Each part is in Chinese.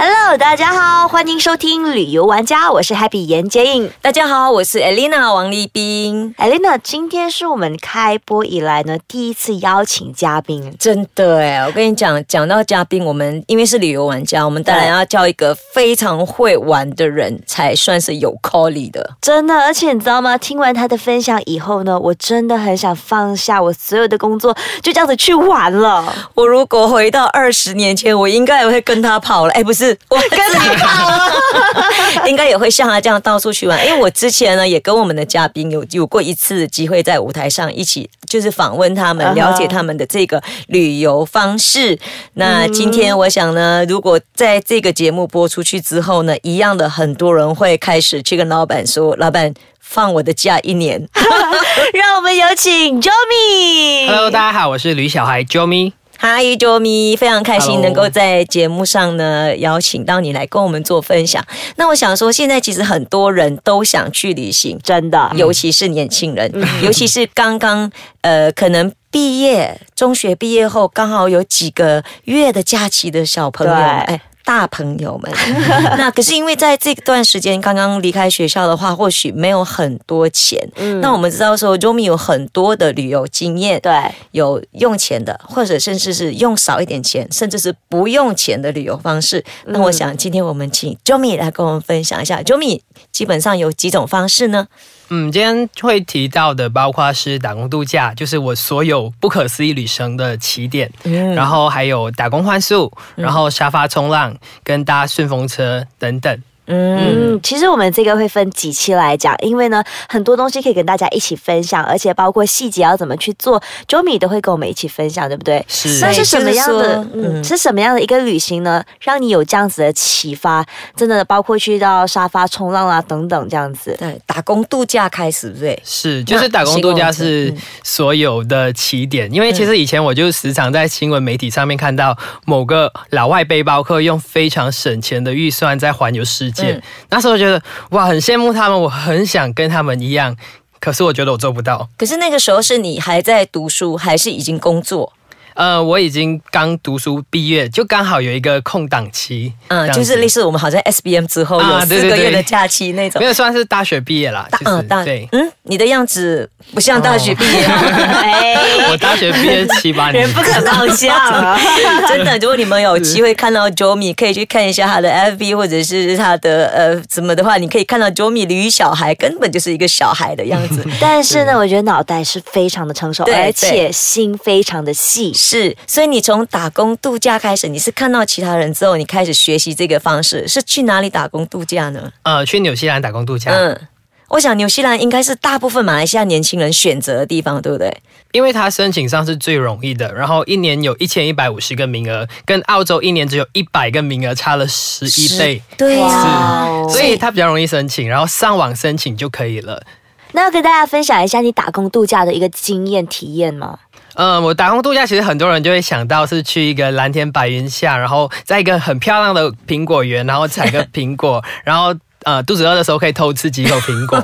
！Hello，大家好，欢迎收听旅游玩家，我是 Happy 严洁颖。大家好，我是 Elena 王立斌。 Elena，今天是我们开播以来呢第一次邀请嘉宾，真的哎，我跟你讲，讲到嘉宾，我们因为是旅游玩家，我们当然对要叫一个非常会玩的人，才算是有 call 力的。真的，而且你知道吗？听完他的分享以后呢，我真的很想放下我所有的工作，就这样子去玩了。 我如果回到二十年前，我应该也会跟他跑了。哎，不是， 我跟他跑 了，应该也会像他这样到处去玩。因为我之前呢，也跟我们的嘉宾有有过一次机会在舞台上一起，就是访问他嗯们，哼了解他们的这个旅游方式。那今天我想呢，如果在这个节目播出去之后呢，一样的很多人会开始去跟老板说，老板。放我的假一年， 让我们有请 Jomi。 Hello，大家好，我是吕小孩 Jomi。嗨，周咪，非常开心 Hello 能够在节目上呢邀请到你来跟我们做分享。那我想说，现在其实很多人都想去旅行，真的，尤其是年轻人， 尤其是刚刚呃可能毕业，中学毕业后刚好有几个月的假期的小朋友们，对哎。大朋友们，那可是因为在这段时间刚刚离开学校的话，或许没有很多钱。那我们知道说，Romy 有很多的旅游经验，对，有用钱的，或者甚至是用少一点钱，甚至是不用钱的旅游方式。嗯那我想今天我们请 Jomi 来跟我们分享一下，Jomi 基本上有几种方式呢？嗯，今天会提到的包括是打工度假，就是我所有不可思议旅程的起点，嗯然后还有打工换宿，然后沙发冲浪，跟搭顺风车等等。嗯，嗯，其实我们这个会分几期来讲，因为呢，很多东西可以跟大家一起分享，而且包括细节要怎么去做，Jomi 都会跟我们一起分享，对不对？是那是对什么就是样说的？嗯，嗯是什么样的一个旅行呢？让你有这样子的启发？真的，包括去到沙发冲浪啦等等这样 子。对，打工度假开始对。是，就是打工度假嗯是所有的起点，因为其实以前我就时常在新闻媒体上面看到某个老外背包客用非常省钱的预算在环游世界，嗯那时候觉得哇，很羡慕他们，我很想跟他们一样，可是我觉得我做不到。可是那个时候是你还在读书，还是已经工作？呃，我已经刚读书毕业，就刚好有一个空档期，嗯，这样就子是类似我们好像 SBM 之后有啊对四对个月 对的假期那种没。有算是大学毕业啦，大就是、嗯大对。嗯，你的样子不像大哦学毕业。哎，我大学毕业七八 年，可貌相啊！真的，如果你们有机会看到 Jomi，可以去看一下他的 FB 或者是他的呃什么的话，你可以看到 Jomi 驴小孩根本就是一个小孩的样 子。但是呢，我觉得脑袋是非常的成熟，对而且心非常的细。是，所以你从打工度假开始，你是看到其他人之后，你开始学习这个方式，是去哪里打工度假呢？呃，去纽西兰打工度假，嗯，我想纽西兰应该是大部分马来西亚年轻人选择的地方，对不对？因为它申请上是最容易的，然后一年有一千一百五十个名额，跟澳洲一年只有一百个名额，差了十一倍，对啊呀、哇哦所以它比较容易申请，然后上网申请就可以了。那要跟大家分享一下你打工度假的一个经验体验吗？嗯，我打工度假，其实很多人就会想到是去一个蓝天白云下，然后在一个很漂亮的苹果园，然后采个苹果，然后呃肚子饿的时候可以偷吃几口苹果。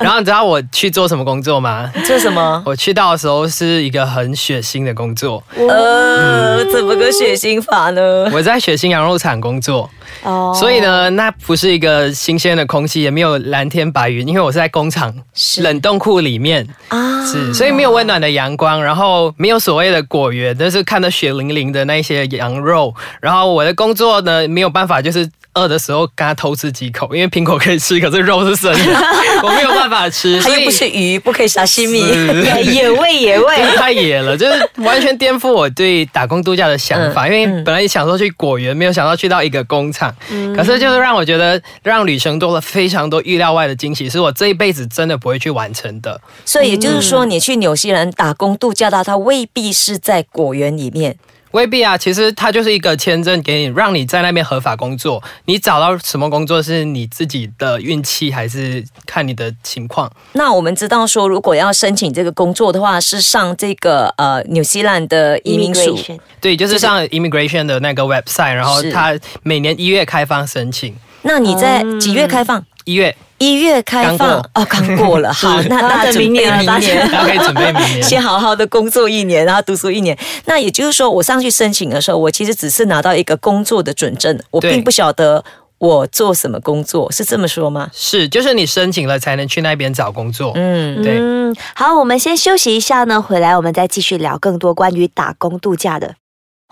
然后你知道我去做什么工作吗？这是什么？我去到的时候是一个很血腥的工作，嗯呃，怎么个血腥法呢？我在血腥羊肉厂工作，哦所以呢，那不是一个新鲜的空气，也没有蓝天白云，因为我是在工厂是冷冻库里面，啊，是，所以没有温暖的阳光，然后没有所谓的果园，但是看到血淋淋的那些羊肉，然后我的工作呢没有办法，就是饿的时候跟他偷吃几口，因为苹果可以吃，可是肉是生 的，我没有办法吃，它所又以不是鱼，不可以沙西米。野野味野味真的 太野了，就是完全颠覆我对打工度假的想法。因为本来想说去果园，没有想到去到一个工厂，可是就是让我觉得让旅程多了非常多预料外的惊喜，是我这一辈子真的不会去完成的。所以也就是说，你去纽西兰打工度假的，它未必是在果园里面。未必啊，其实它就是一个签证给你，让你在那边合法工作。你找到什么工作是你自己的运气，还是看你的情况？那我们知道说，如果要申请这个工作的话，是上这个呃纽西兰的 移民署。 Immigration 对，就是上 immigration 的那个 website，然后是它每年一月开放申请，那你在几月开放？一月一月开放刚过哦，刚过了。好，那大家等准明备年了明大家年。啊大家可以准备明哎 年。先好好的工作一年，然后读书一年。那也就是说，我上去申请的时候，我其实只是拿到一个工作的准证，我对并不晓得我做什么工作，是这么说吗？是，就是你申请了才能去那边找工作。嗯，对，嗯，好，我们先休息一下呢，回来我们再继续聊更多关于打工度假的。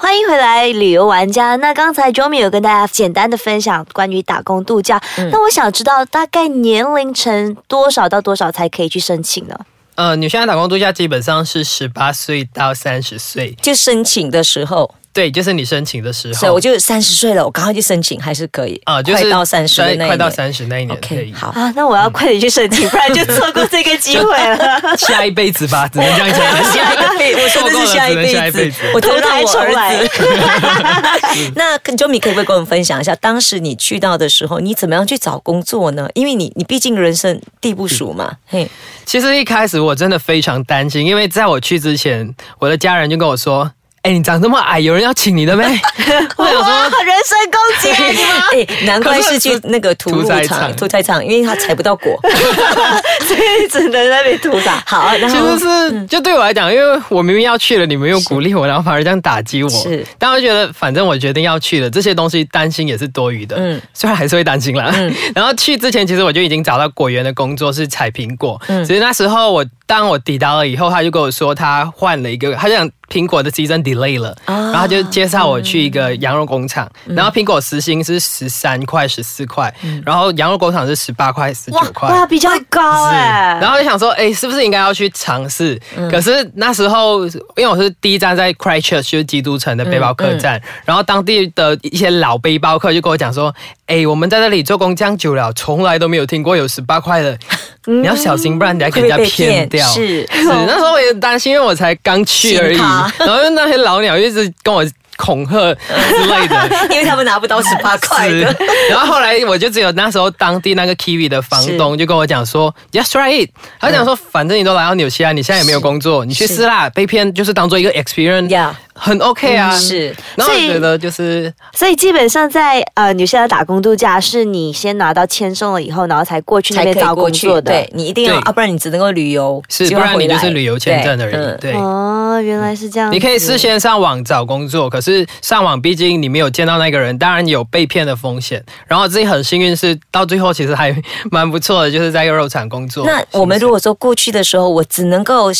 欢迎回来，旅游玩家。那刚才 Jomi 有跟大家简单的分享关于打工度假，嗯那我想知道大概年龄层多少到多少才可以去申请呢？呃，你现在打工度假基本上是十八岁到三十岁，就申请的时候，对，就是你申请的时所以我候。就三十岁了，我赶快去申请还是可以啊、就是快到三十的那一对年快到三十那一年可 OK，以， 好。啊，那我要快点去申 请，不然就错过这个机会了。下一辈子吧，只能这样讲。下一 个辈子，错过真的了是下一只能下辈一子辈子，我投胎重投胎来。 那跟 Jomi 可不可以跟我们分享一下，当时你去到的时候，你怎么样去找工作呢？因为你你毕竟人生地不熟嘛，嘿，其实一开始我真的非常担心，因为在我去之前，我的家人就跟我说：“哎，你长这么矮，有人要请你的咩？” 我想说，哇，人身攻击啊 你们！哎，难怪是去那个屠屠宰戮场、场屠宰场，因为他采不到果。所以只能在那 边屠宰。好，然其后实是就对我来讲，因为我明明要去了，你们又鼓励我，然后反而这样打击我。是，但我觉得反正我决定要去了，这些东西担心也是多余的。嗯嗯， 虽然还是会担心啦。然后去之前，其实我就已经找到果园的工作是采苹果。嗯，只是那时候我当我抵达了以后，他就跟我说他换了一个，他讲苹果的 season delay 了，然后他就介绍我去一个羊肉工厂，然后苹果时薪是十三块、十四块，然后羊肉工厂是十八块、十九块。哇，比较高哦是哎、然后就想说，哎、是不是应该要去尝试？嗯可是那时候，因为我是第一站在 Christchurch，就是基督城的背包客嗯栈，然后当地的一些老背包客就跟我讲说，哎、我们在这里做工这样久了，从来都没有听过有十八块 的，你要小心，不然你还给人家嗯会被骗骗掉。是是，那时候我也担心，因为我才刚去而已，新咖 然后那些老鸟一直跟我恐吓之类 的。 因为他们拿不到十八块是的， 然后后来我就只有那时候当地那个 Kiwi 的房东就跟我讲说，Just try it。他讲说，嗯反正你都来到纽西兰，你现在也没有工作，你去试啦，被骗就是当做一个 experience，、 Yeah 很 OK 啊。嗯是，然后我所以觉得就是所以基本上在呃纽西兰打工度假，是你先拿到签证了以后，然后才过去那才可边以找过工去。作的。对，你一定要，对啊，不然你只能够旅游，是，就不要然你回就是来旅游签证而已。对嗯对。哦，原来是这样。你可以事先上网找工作，可是上网毕竟你没有见到那个人，当然有被骗的风险。然后自己很幸运是到最后其实还蛮不错的，就是在一个肉厂工作。那我们如果说过去的时候，我只能够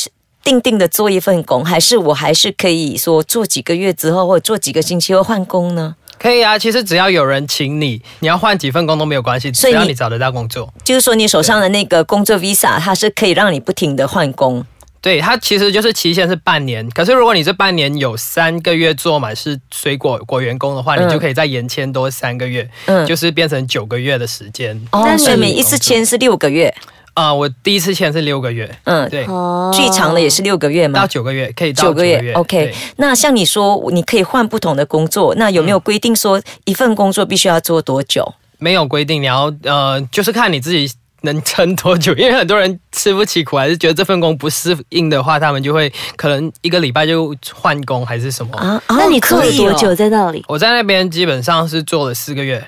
定定的做一份工，还是我还是可以说做几个月之后，或者做几个星期后换工呢？可以啊，其实只要有人请你，你要换几份工都没有关系，只所以你要你找得到工作。就是说，你手上的那个工作 visa，它是可以让你不停的换工。对，它其实就是期限是半年，可是如果你这半年有三个月做满是水果果园工的话，嗯你就可以再延签多三个月，嗯就是变成九个月的时间。哦那，你所以每一次签是六个月，啊、我第一次签是六个月，嗯，对，哦最长的也是六个月到嘛。九个月可以到九九个个月月。 ，OK 对。那像你说，你可以换不同的工作，那有没有规定说一份工作必须要做多久？没有规定，你要呃，就是看你自己能撑多久。 因为很多人吃不起苦，还是觉得这份工不适应的话，他们就会可能一个礼拜就换工还是什么。啊？那你可做了以多哦久在那里？我在那边基本上是做了四个月，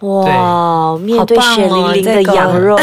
哇，面对血哦淋淋的 羊肉，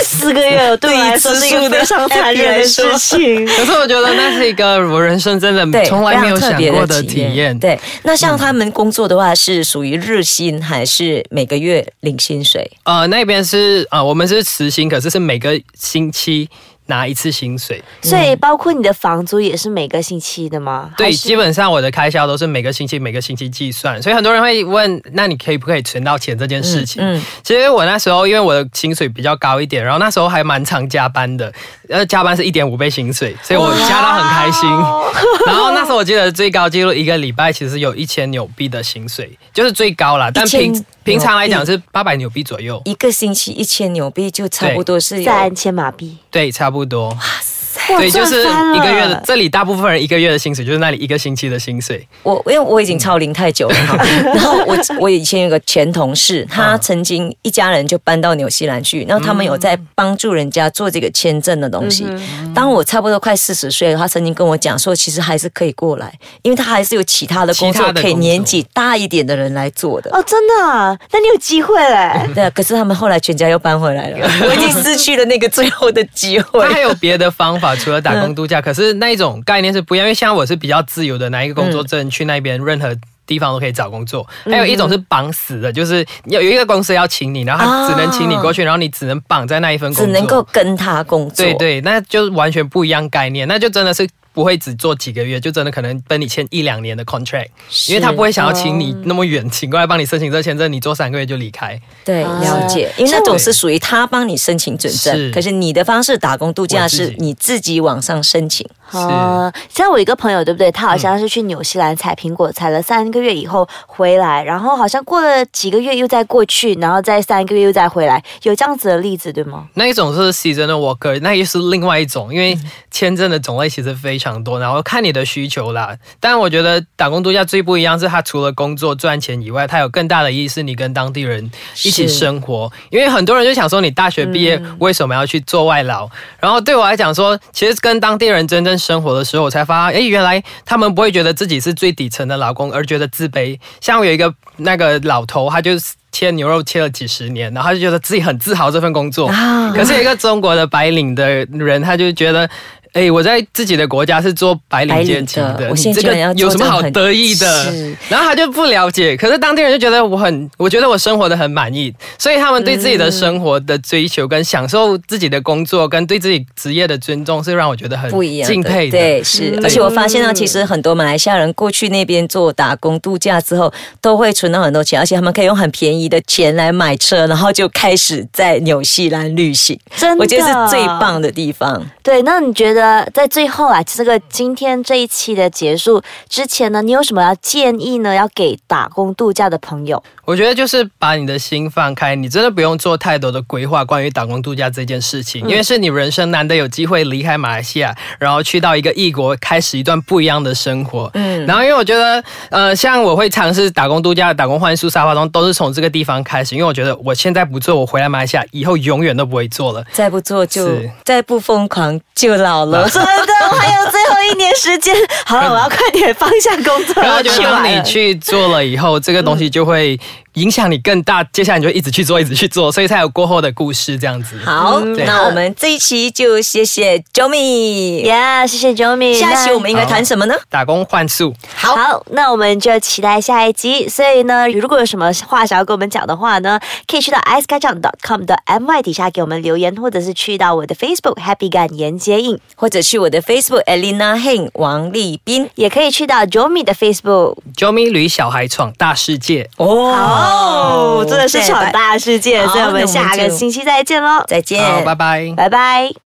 四个月对我来说是一个非常残忍的事 情。可是我觉得那是一个我人生真的对，嗯从来没有非常特想别过的体验。嗯对，那像他们工作的话，是属于日薪还是每个月领薪水？呃，那边是呃，我们是实薪，可是是每个星期拿一次薪水。所以包括你的房租也是每个星期的吗？对，还是基本上我的开销都是每个星期每个星期计算，所以很多人会问，那你可以不可以存到钱这件事情？嗯其实我那时候因为我的薪水比较高一点，然后那时候还蛮常加班的，呃，加班是一点五倍薪水，所以我加到很开心。 然后那时候我记得最高记录一个礼拜其实有一千纽币的薪水，就是最高啦，但1000纽平币平常来讲是八百纽币左右，一个星期一千纽币就差不多是有三千马币。对，差不多。塞哇对，就是啊赚翻了一个月的，这里大部分人一个月的薪水就是那里一个星期的薪 水。我因为我已经超龄太久了 哈，然后我我以前有个前同嗯事，他曾经一家人就搬到纽西兰去，然后他们有在帮助人家做这个签证的东西。嗯当我差不多快四十岁了，他曾经跟我讲说，其实还是可以过来，因为他还是有其他的工其作他的可以工作年纪大一点的人来做的。哦，真的啊，那你有机会嘞。 对啊，可是他们后来全家又搬回来 了，我已经失去了那个最后的机会他。还有别的方法，除了打工度假，可是那一种概念是不一样。因为像我是比较自由的，拿一个工作证去那边任何。地方都可以找工作，嗯还有一种是绑死的，就是有有一个公司要请你，然后他只能请你过去，然后你只能绑在那一份工啊只作，能够跟他工作，对对，那就完全不一样概念，那就真的是不会只做几个月，就真的可能跟你签一两年的 contract，是，因为他不会想要请你那么远，请过来帮你申请这个签证，你做三个月就离开。对，啊了解，因为像那种我是属于他帮你申请准证，是可是你的方式打工度假我自己是你自己网上申请，是哦，像我一个朋友，对不对？他好像是去纽西兰采苹果，采了三个月以后回来，然后好像过了几个月又再过去，然后再三个月又再回来，有这样子的例子，对吗？那一种是 seasonal worker，那又是另外一种，因为签证的种类其实非常多，然后看你的需求啦。但我觉得打工度假最不一样是，它除了工作赚钱以外，它有更大的意义是你跟当地人一起是生活。因为很多人就想说，你大学毕业为什么要去做外劳？然后对我来讲说，其实跟当地人真正生活的时候，我才发现，诶，原来他们不会觉得自己是最底层的劳工而觉得自卑。像我有一个那个老头，他就是切牛肉切了几十年，然后他就觉得自己很自豪这份工作。啊 可是有一个中国的白领的人，他就觉得。诶，我在自己的国家是做白领阶级白领的，的我你现在这居个然要做有什么这种好很得意的是？然后他就不了解，可是当地人就觉得我很，我觉得我生活的很满意，所以他们对自己的生活的追求、跟享受自己的工作、跟对自己职业的尊重，是让我觉得很不一样的敬佩的。嗯对，是。而且我发现呢，其实很多马来西亚人过去那边做打工度假之后，都会存到很多钱，而且他们可以用很便宜的钱来买车，然后就开始在纽西兰旅行。真的，我觉得是最棒的地方。对，那你觉得在最后啊，这个今天这一期的结束之前呢，你有什么要建议呢？要给打工度假的朋友？我觉得就是把你的心放开，你真的不用做太多的规划关于打工度假这件事情，因为是你人生难得有机会离开马来西亚，然后去到一个异国，开始一段不一样的生活。嗯，然后因为我觉得，呃，像我会尝试打工度假、打工换宿、沙发中，都是从这个地方开始，因为我觉得我现在不做，我回来马来西亚以后永远都不会做了。再不做就是再不疯狂就老了。 真的，我还有最后一年时间，好了，我要快点放下工作，然我后要就去当玩你了。去做了以后，这个东西就会影响你更大，接下来你就一直去做，一直去做，所以才有过后的故事这样子。 好，对那我们这一期就谢谢 Joey。 Yeah，谢谢 Joey。下期那我们应该谈什么呢？打工换宿。好好，那我们就期待下一集。所以呢，如果有什么话想要跟我们讲的话呢，可以去到 i c e k a c a n g c o m 的 my 底下给我们留言，或者是去到我的 Facebook Happy 感言接应，或者去我的 Facebook Elena Heng 王丽斌。也可以去到 Joey 的 Facebook。 Joey 旅小孩闯大世界。哦哦哦，真的是对闯大世界，好所以我那我们们下个就星期再见喽，再见，好，拜拜。拜拜。